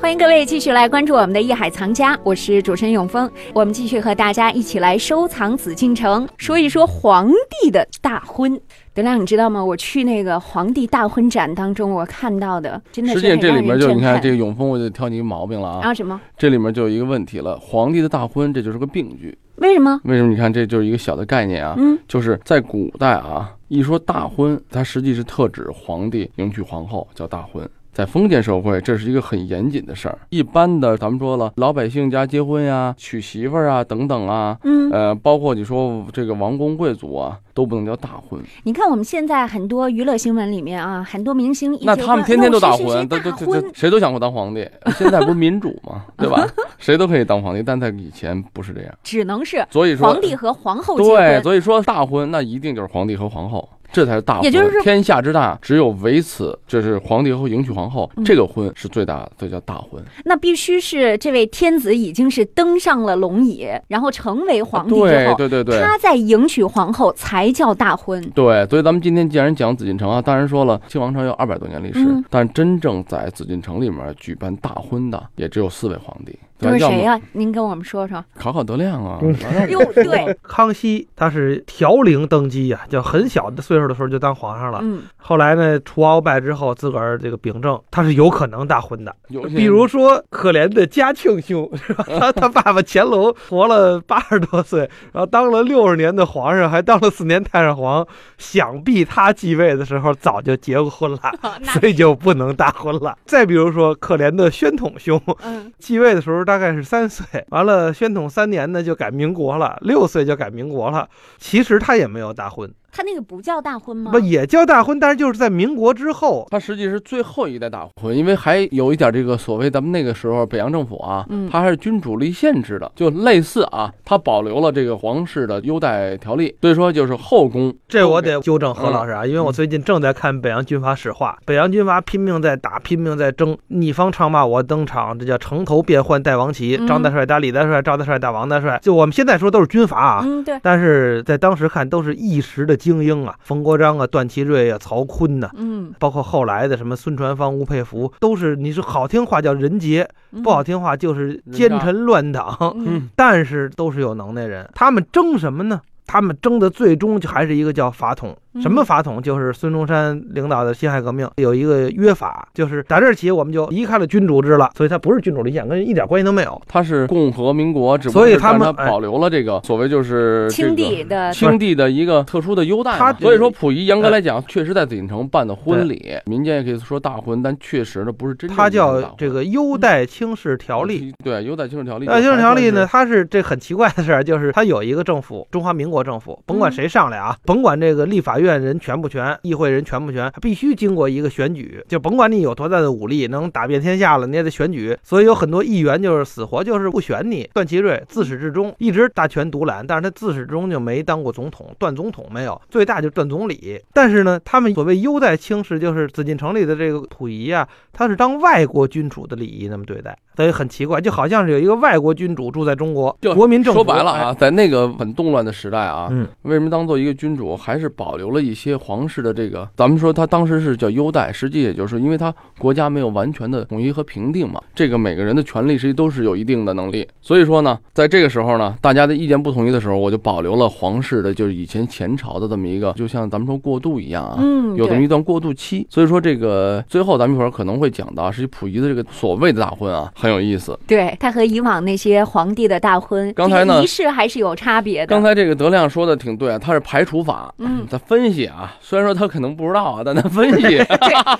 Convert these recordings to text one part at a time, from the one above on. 欢迎各位继续来关注我们的《艺海藏家》，我是主持人永峰。我们继续和大家一起来收藏紫禁城，说一说皇帝的大婚。德亮，你知道吗？我去那个皇帝大婚展当中，我看到的真的是实际上这里面就很让人你看震撼这个永丰，我就挑你毛病了啊。啊什么？这里面就有一个问题了，皇帝的大婚这就是个病句。为什么？为什么？你看这就是一个小的概念啊，嗯就是在古代啊，一说大婚，它实际是特指皇帝迎娶皇后叫大婚。在封建社会，这是一个很严谨的事儿。一般的，咱们说了，老百姓家结婚呀、娶媳妇儿啊等等啊，嗯，呃，包括你说这个王公贵族啊，都不能叫大婚。你看我们现在很多娱乐新闻里面啊，很多明星一那结他们婚天天都哟大谁谁谁婚，都大都都婚都谁都想过当皇帝。现在不是民主嘛，对 吧？谁都可以当皇帝，但在以前不是这样。只能是所以说皇，帝和皇后结对，婚。所以说大婚那一定就是皇帝和皇后，这才是大婚。也就是天下之大，只有唯此，就是皇帝和迎娶皇后，嗯这个婚是最大的，这叫大婚。那必须是这位天子已经是登上了龙椅，然后成为皇帝之后，啊对对对对。他在迎娶皇后才叫大婚。对，所以咱们今天既然讲紫禁城啊，当然说了，清王朝有二百多年历史，嗯但真正在紫禁城里面举办大婚的也只有四位皇帝，都对吧？是要谁么呀、您跟我们说说。考考德亮啊，嗯哟，哎对，康熙他是调龄登基呀、就很小的岁数的时候就当皇上了。 嗯，后来呢，除鳌拜之后，自个儿这个秉政，他是有可能大婚的。有嗯些比如说可怜的嘉庆兄， 是吧？他他爸爸乾隆活了八十多岁，然后当了六十年的皇上，还当了四年太上皇，想必他继位的时候早就结过婚了，那所以就不能大婚了。再比如说可怜的宣统兄，嗯，继位的时候大概是三岁，完了宣统三年呢就改民国了，六岁就改民国了。其实他也没有大婚，他那个不叫大婚吗不？也叫大婚，但是就是在民国之后。他实际是最后一代大婚，因为还有一点这个所谓咱们那个时候北洋政府啊，嗯它还是君主立宪制的，就类似啊，它保留了这个皇室的优待条例，所以说就是后宫这我得纠正何老师啊，因为我最近正在看北洋军阀史话，北洋军阀拼命在打，拼命在争，你方唱罢我登场，这叫城头变换带王旗，嗯张大帅打李大帅，赵大帅打王大帅，就我们现在说都是军阀啊，嗯，对，但是在当时看都是一时的精英啊，冯国璋啊、段祺瑞啊、曹锟呐、嗯，包括后来的什么孙传芳、吴佩孚，都是你是好听话叫人杰，嗯不好，听话就是奸臣乱党，嗯，但是都是有能耐人。他们争什么呢？他们争的最终就还是一个叫法统，嗯什么法统？就是孙中山领导的辛亥革命有一个约法，就是打这儿起我们就离开了君主制了，所以它不是君主立宪，跟一点关系都没有。它是共和民国，只不所以过是他们哎但是它保留了这个所谓就是这个清帝的清帝的一个特殊的优待嘛他呃所以说溥仪严格来讲，确实在紫禁城办的婚礼，民间也可以说大婚，但确实呢不是真正它意义上的大叫婚这个优待轻视条例，，对优待清史条例。呃，行政条例呢，，它是这很奇怪的事儿，就是它有一个政府，中华民国政府，甭管谁上来啊，甭管这个立法院人全不全，议会人全不全，必须经过一个选举，就甭管你有多大的武力，能打遍天下了，你也得选举。所以有很多议员就是死活就是不选你。段祺瑞自始至终一直大权独揽，但是他自始至终就没当过总统，段总统没有，最大就是段总理。但是呢，他们所谓优待轻视，就是紫禁城里的这个溥仪啊，他是当外国君主的礼仪那么对待，所以很奇怪，就好像是有一个外国君主住在中国就，国民政府说白了啊，在那个很动乱的时代啊哎，，嗯，为什么当做一个君主，还是保留了一些皇室的这个？咱们说他当时是叫优待，实际也就是因为他国家没有完全的统一和平定嘛。这个每个人的权利实际都是有一定的能力，所以说呢，在这个时候呢，大家的意见不统一的时候，我就保留了皇室的，就是以前前朝的这么一个，就像咱们说过渡一样啊。嗯，有这么对一段过渡期，所以说这个最后咱们一会儿可能会讲到，实际溥仪的这个所谓的大婚啊，很有意思。对，他和以往那些皇帝的大婚，刚才呢这个仪式还是有差别的。刚才这个德亮说的挺对啊，他是排除法，嗯他分析啊，虽然说他可能不知道啊，但他分析，对，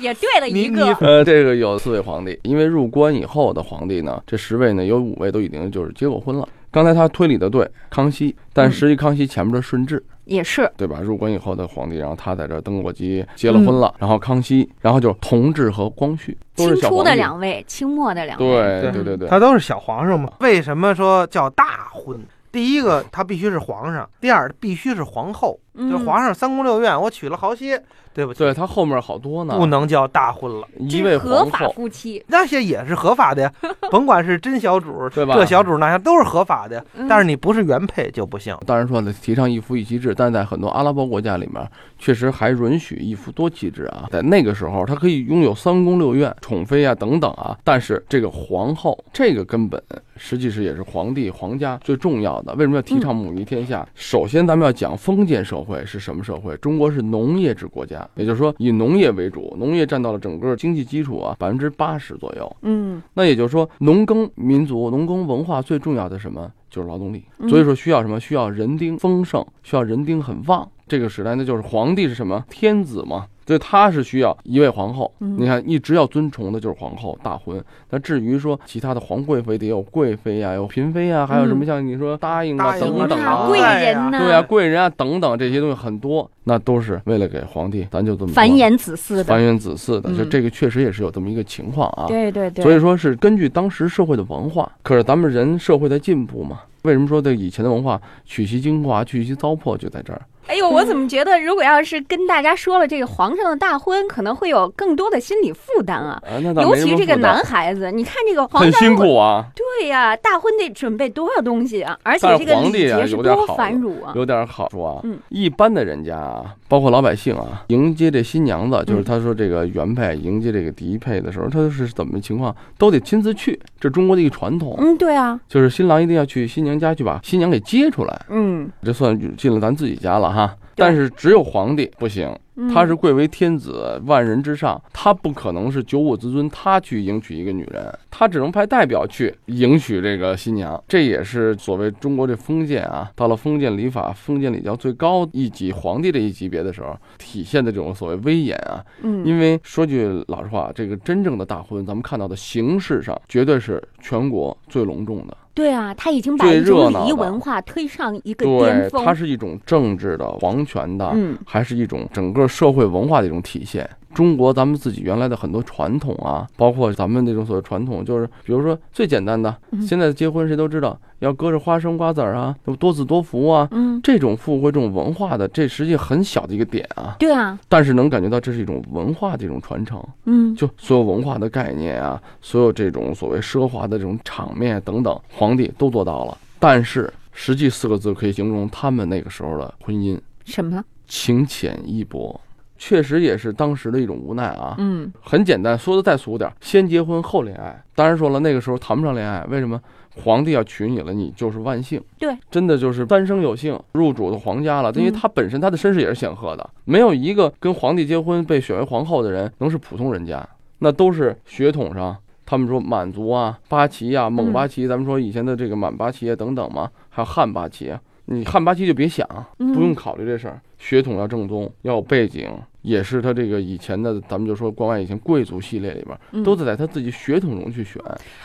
也对了一你个，呃，这个有四位皇帝，因为入关以后的皇帝呢，这十位呢有五位都已经就是结过婚了。刚才他推理的对，康熙，嗯但实际康熙前面的顺治，也是，对吧？入关以后的皇帝，然后他在这儿登过基，结了婚了，然后康熙，然后就是同治和光绪，都嗯清是小初皇的帝。两位，清末的两位，对对对对对，他都是小皇上嘛。为什么说叫大婚？第一个，他必须是皇上；第二，必须是皇后。嗯就是皇上三宫六院，我娶了好些，对不起，对他后面好多呢，不能叫大婚了。一这位是合皇法后，夫妻，那些也是合法 的呀，甭管是真小主，对吧这小主那些都是合法的呀。嗯但是你不是原配就不行。当然说了提倡一夫一妻制，但在很多阿拉伯国家里面，确实还允许一夫多妻制啊。在那个时候，他可以拥有三宫六院、宠妃啊等等啊。但是这个皇后，这个根本实际是也是皇帝皇家最重要的。为什么要提倡母仪天下？首先，咱们要讲封建社会是什么社会？中国是农业制国家，也就是说以农业为主，农业占到了整个经济基础啊百分之八十左右。嗯那也就是说，农耕民族、农耕文化最重要的什么？就是劳动力。嗯所以说需要什么？需要人丁丰盛，需要人丁很旺。这个时代呢，就是皇帝是什么？天子嘛，所以他是需要一位皇后。嗯你看，一直要尊崇的就是皇后大婚。那至于说其他的皇贵妃，得有贵妃呀、有嫔妃呀，还有什嗯么像你说答应啊答应啊等等啊啊，啊，贵对人呀呐，对啊，贵人啊等等这些东西很多，那都是为了给皇帝，咱就这么说繁衍子嗣的，繁衍子嗣的。嗯就这个确实也是有这么一个情况啊。对对对，所以说是根据当时社会的文化。可是咱们人社会在进步嘛，为什么说这以前的文化取其精华，去其糟粕就在这儿？哎呦，我怎么觉得，如果要是跟大家说了这个皇上的大婚，可能会有更多的心理负担啊。啊，那倒尤没什其么这个负担男孩子，你看这个皇很上，辛苦啊，对呀、大婚得准备多少东西啊？而且但是这个皇礼帝啊节是有点多好繁了缛啊。有点好处啊。嗯一般的人家啊，包括老百姓啊，迎接这新娘子，就是嗯他说这个原配迎接这个嫡配的时候，他是怎么情况，都得亲自去，这中国的一个传统。嗯，对啊，就是新郎一定要去新娘家去把新娘给接出来，嗯，这算进了咱自己家了哈。对但是只有皇帝不行，嗯他是贵为天子，万人之上，他不可能是九五之尊，他去迎娶一个女人，他只能派代表去迎娶这个新娘。这也是所谓中国这封建啊，到了封建礼法、封建礼教最高一级皇帝这一级别的时候，体现的这种所谓威严啊。嗯因为说句老实话，这个真正的大婚，咱们看到的形式上，绝对是全国最隆重的。对啊，他已经把最一种热闹礼仪的文化推上一个对巅，峰它。是一啊种政治的、皇权的，嗯还是一种整个社会文化的一种体现。中国咱们自己原来的很多传统啊，包括咱们那种所谓传统，就是比如说最简单的，嗯现在结婚谁都知道要搁着花生瓜子儿啊，要多子多福啊，嗯，这种附会这种文化的，这实际很小的一个点啊，对啊，但是能感觉到这是一种文化的一种传承。嗯就所有文化的概念啊，所有这种所谓奢华的这种场面等等，皇帝都做到了。但是实际四个字可以形容他们那个时候的婚姻，什么？情浅义薄，确实也是当时的一种无奈啊。嗯很简单，说的再俗点儿，先结婚后恋爱。当然说了，那个时候谈不上恋爱，为什么？皇帝要娶你了，你就是万幸。对，真的就是三生有幸，入主的皇家了。因为嗯他本身他的身世也是显赫的，没有一个跟皇帝结婚被选为皇后的人能是普通人家，那都是血统上。他们说满族啊、八旗啊、蒙八嗯旗，咱们说以前的这个满八旗啊等等嘛，还有汉八旗啊。你汉八旗就别想，啊嗯，不用考虑这事儿，血统要正宗，要有背景，也是他这个以前的，咱们就说国外以前贵族系列里边，嗯都得在他自己血统中去选，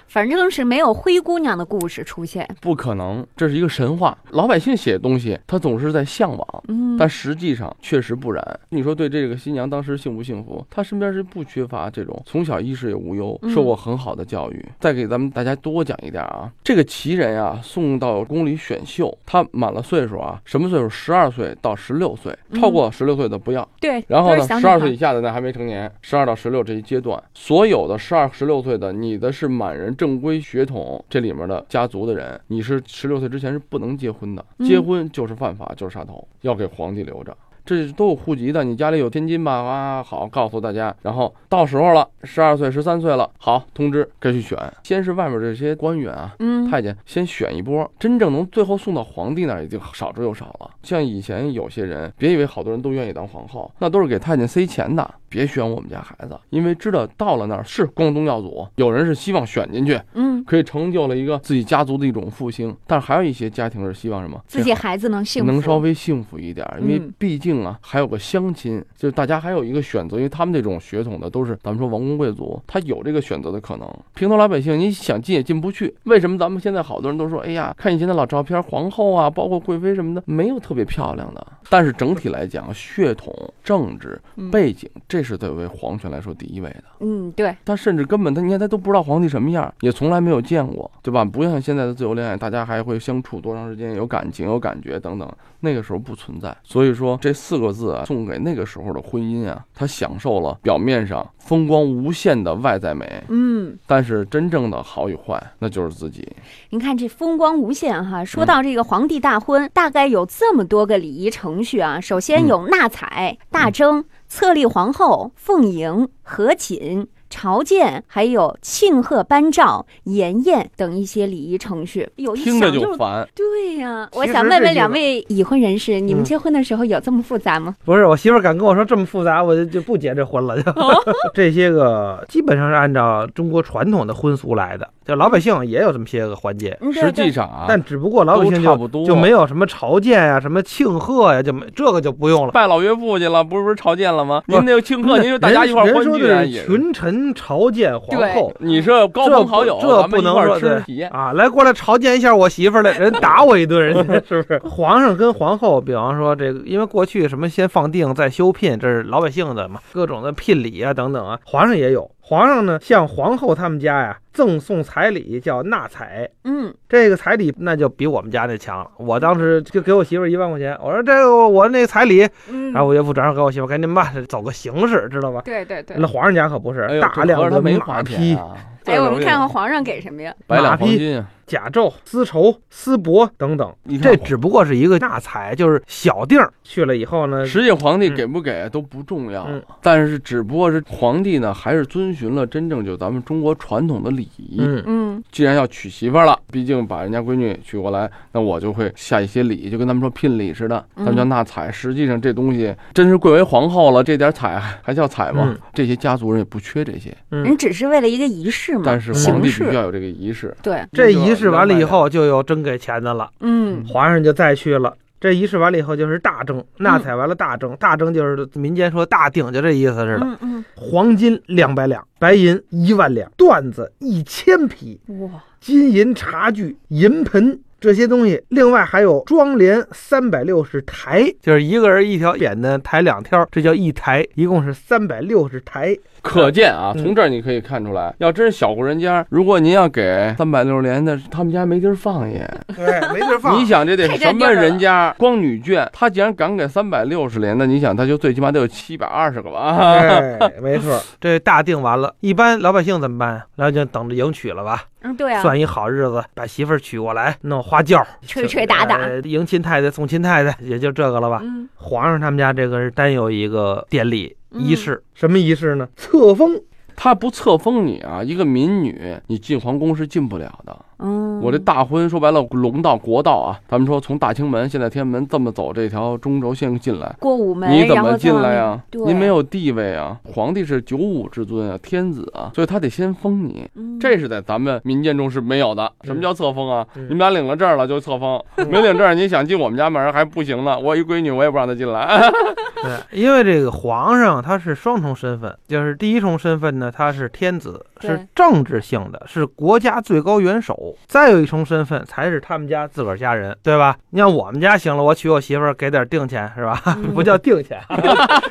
反正是没有灰姑娘的故事出现。不可能，这是一个神话。老百姓写的东西，他总是在向往。嗯，但实际上确实不然。你说对这个新娘当时幸不幸福？她身边是不缺乏这种从小衣食也无忧嗯，受过很好的教育。再给咱们大家多讲一点啊，这个旗人啊送到宫里选秀，他满了岁数啊，什么岁数？十二岁到十六岁，嗯超过十六岁的不要。对，然后都呢是，小女十孩二岁以下的呢还没成年，十二到十六这一阶段，所有的十二、十六岁的，你的是满人正规血统这里面的家族的人，你是十六岁之前是不能结婚的，嗯结婚就是犯法，就是杀头，要给皇帝留着。这都有户籍的，你家里有天津吧？啊，好，告诉大家。然后到时候了，十二岁、十三岁了，好，通知该去选。先是外面这些官员啊，嗯，太监先选一波，真正能最后送到皇帝那儿已经少之又少了。像以前有些人，别以为好多人都愿意当皇后，那都是给太监塞钱的。别选我们家孩子，因为知道到了那儿是光宗耀祖，有人是希望选进去，嗯，可以成就了一个自己家族的一种复兴。但是还有一些家庭是希望什么？自己孩子能幸福，能稍微幸福一点儿，因为嗯毕竟啊，还有个乡亲，就是大家还有一个选择，因为他们这种血统的都是咱们说王公贵族，他有这个选择的可能。平头老百姓，你想进也进不去。为什么咱们现在好多人都说，哎呀，看以前的老照片，皇后啊，包括贵妃什么的，没有特别漂亮的。但是整体来讲，血统、政治嗯背景，这是得为皇权来说第一位的。嗯，对，他甚至根本他你看他都不知道皇帝什么样，也从来没有见过，对吧？不像现在的自由恋爱，大家还会相处多长时间，有感情、有感觉等等，那个时候不存在。所以说这四个字啊，送给那个时候的婚姻啊，他享受了表面上风光无限的外在美，嗯，但是真正的好与坏，那就是自己。您看这风光无限哈。嗯说到这个皇帝大婚，大概有这么多个礼仪程序啊。首嗯先有纳采、大征、册立皇后、凤迎、和锦。朝见，还有庆贺颁诏、筵宴等一些礼仪程序，有一听着想就是烦，对呀、我其实想问这问就两位已婚人士，你们嗯结婚的时候有这么复杂吗？不是我媳妇儿敢跟我说这么复杂，我就就不结这婚了。就、 这些个基本上是按照中国传统的婚俗来的，就老百姓也有这么些个环节，嗯对实对际上啊，但只不过老百都姓差就不多，就没有什么朝见呀、什么庆贺呀、就没这个就不用了。拜老岳父去了，不是不是朝见了吗？不是您那个庆贺，您就大家一块儿人欢说聚的啊，是也群臣朝见皇对后你是高这朋不好友，这咱不们一能块儿说吃对体验。 啊，来过来朝见一下我媳妇儿来，人打我一顿，人家是不是？皇上跟皇后，比方说这个，因为过去什么先放定再修聘，这是老百姓的嘛，各种的聘礼啊等等啊，皇上也有。皇上呢，向皇后他们家呀赠送彩礼叫纳彩，嗯，这个彩礼那就比我们家那强了。我当时就给我媳妇儿一万块钱，我说这个我那彩礼，嗯然后我岳父转手给我媳妇儿，赶紧吧，走个形式，知道吧？对对对。那皇上家可不是，哎呦，大这量合着的他没马花匹钱、啊。哎，我们看看皇上给什么呀？白马两黄匹金啊，甲胄、丝绸、丝帛等等。你看这只不过是一个纳采，就是小地儿去了以后呢，实际皇帝嗯给不给都不重要嗯，但是只不过是皇帝呢，还是遵循了真正就咱们中国传统的礼仪。嗯，嗯既然要娶媳妇儿了，毕竟把人家闺女娶过来，那我就会下一些礼，就跟他们说聘礼似的，他们叫嗯纳采。实际上这东西真是贵为皇后了，这点彩还叫彩吗嗯？这些家族人也不缺这些，人只是为了一个仪式嗯嘛，但是皇形帝必须式。要有这个仪式。对，这仪式完了以后，就有真给钱的了，嗯皇上就再去了。这仪式完了以后就是大征，纳采完了大征，大征就是民间说大定，就这意思似的。嗯嗯黄金两百两，白银一万两，缎子一千匹，嗯，哇，金银茶具、银盆这些东西，另外还有妆奁三百六十台，就是一个人一条扁担抬两挑，这叫一台，一共是三百六十台。可见啊，嗯从这儿你可以看出来，要真是小户人家，如果您要给三百六十连的，他们家没地儿放也。对，哎没地儿 你想这得太什占地么儿了人家？光女眷，她既然敢给三百六十连的，你想她就最起码得有七百二十个嗯 吧？哎，没错， 这大定完了，一般老百姓怎么办呀？老百姓等着迎娶了吧，嗯对啊，算一好日子，把媳妇儿娶过来，弄花轿，吹吹打打，呃迎亲太太送亲太太，也就这个了吧。嗯皇上他们家这个是单有一个典礼嗯仪式，什么仪式呢？册封。她不册封你啊，一个民女，你进皇宫是进不了的。嗯，我这大婚说白了，龙道国道啊，咱们说从大清门现在天安门这么走这条中轴线进来，过午门，你怎然么后到进来呀、那对您没有地位啊，皇帝是九五之尊啊，天子啊，所以他得先封你。嗯这是在咱们民间中是没有的。什么叫册封啊？嗯你们俩领了证了就册封，没领证你想进我们家门儿还不行呢。我一闺女我也不让她进来。 对，因为这个皇上他是双重身份，就是第一重身份呢，他是天子，对是政治性的，是国家最高元首；再有一重身份才是他们家自个儿家人，对吧？你像我们家行了，我娶我媳妇儿给点定钱是吧？ 嗯 不叫定钱，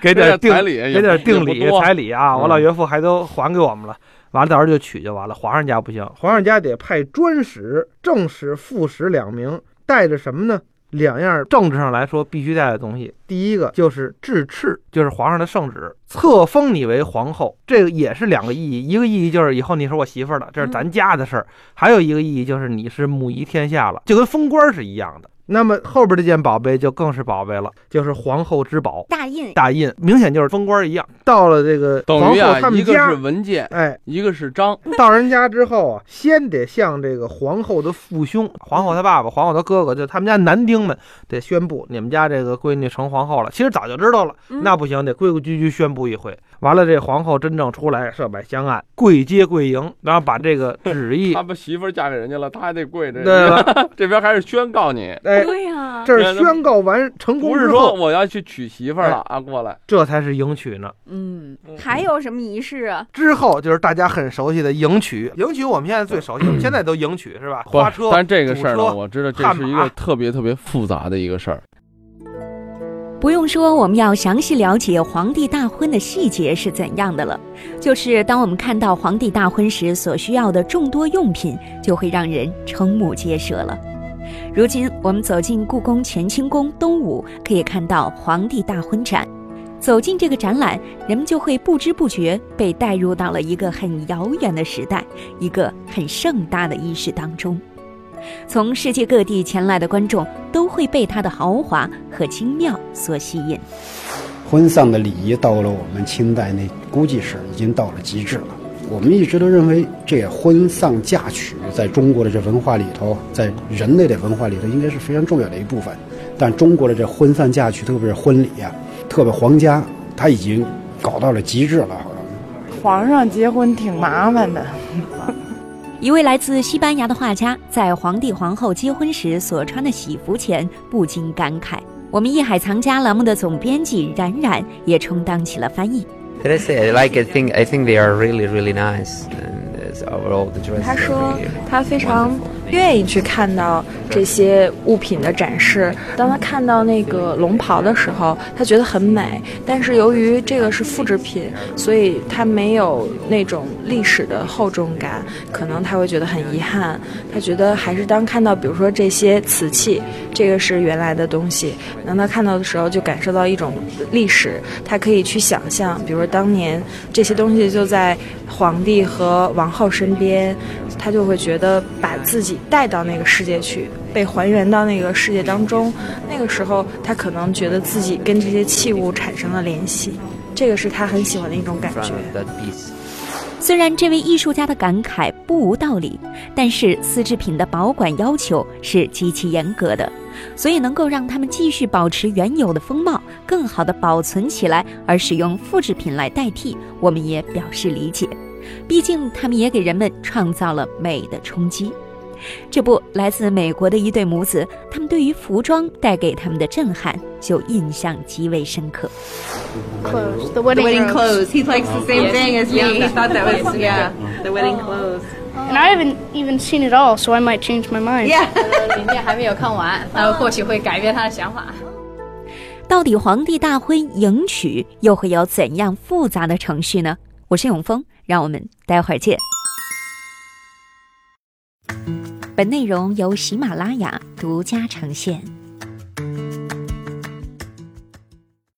给 点定彩礼也给点不定也不礼多彩礼啊，嗯我老岳父还都还给我们了。完了，到时候就娶就完了。皇上家不行，皇上家得派专使、正使、副使两名，带着什么呢？两样政治上来说必须带的东西，第一个就是制敕，就是皇上的圣旨，册封你为皇后，这个也是两个意义，一个意义就是以后你是我媳妇儿了，这是嗯咱家的事儿；还有一个意义就是你是母仪天下了，就跟封官是一样的。那么后边这件宝贝就更是宝贝了，就是皇后之宝。大印，大印，明显就是封官一样。到了这个皇等于后啊他，一们个家，是文件，哎，一个是章，到人家之后啊，先得向这个皇后的父兄、皇后他爸爸、皇后他哥哥，就他们家男丁们，得宣布你们家这个闺女成皇后了。其实早就知道了，嗯那不行，得规规矩矩宣布一回。完了，这皇后真正出来设摆香案，跪接跪迎，然后把这个旨 意他，把媳妇儿嫁给人家了，他还得跪着。对啊吧？这边还是宣告你， 哎，对呀，这是宣告完成功不之是说后，哎我要去娶媳妇儿了啊，过来。这才是迎娶呢。嗯，还有什么仪式啊？之后就是大家很熟悉的迎娶，迎娶我们现在最熟悉，我们现在都迎娶是吧？花车，但这个事儿堵呢，车我知道这悍是一马个特别特别复杂的一个事儿。不用说，我们要详细了解皇帝大婚的细节是怎样的了。就是当我们看到皇帝大婚时所需要的众多用品，就会让人瞠目结舌了。如今我们走进故宫乾清宫东舞，可以看到皇帝大婚展。走进这个展览，人们就会不知不觉被带入到了一个很遥远的时代，一个很盛大的仪式当中。从世界各地前来的观众都会被它的豪华和精妙所吸引。婚丧的礼仪到了我们清代那，估计是已经到了极致了。我们一直都认为，这婚丧嫁娶在中国的这文化里头，在人类的文化里头，应该是非常重要的一部分。但中国的这婚丧嫁娶，特别是婚礼啊，特别皇家，他已经搞到了极致了，好像。皇上结婚挺麻烦的，一位来自西班牙的画家在皇帝皇后结婚时所穿的喜服前不禁感慨。我们《艺海藏家》栏目的总编辑冉冉也充当起了翻译。 Can I say I like? I think I think they are really really nice, and it's overall the dresses. 他 are 说 really 他非常 wonderful. 愿意去看到这些物品的展示。当他看到那个龙袍的时候，他觉得很美，但是由于这个是复制品，所以他没有那种历史的厚重感，可能他会觉得很遗憾。他觉得还是当看到，比如说这些瓷器，这个是原来的东西，当他看到的时候，就感受到一种历史，他可以去想象，比如说当年这些东西就在皇帝和王后身边，他就会觉得把自己带到那个世界去，被还原到那个世界当中。那个时候，他可能觉得自己跟这些器物产生了联系，这个是他很喜欢的一种感 In 觉 front。of that piece. 虽然这位艺术家的感慨不无道理，但是丝织品的保管要求是极其严格的，所以能够让它们继续保持原有的风貌，更好的保存起来，而使用复制品来代替，我们也表示理解。毕竟，它们也给人们创造了美的冲击。这不，来自美国的一对母子，他们对于服装带给他们的震撼就印象极为深刻。 clothes. The wedding, clothes. He likes the same thing as me. He thought that was yeah, the wedding clothes. And I haven't even seen it all, so I might change my mind. Yeah，明天还没有看完，他或许会改变他的想法。到底皇帝大婚迎娶又会有怎样复杂的程序呢？我是永峰，让我们待会儿见。本内容由喜马拉雅独家呈现。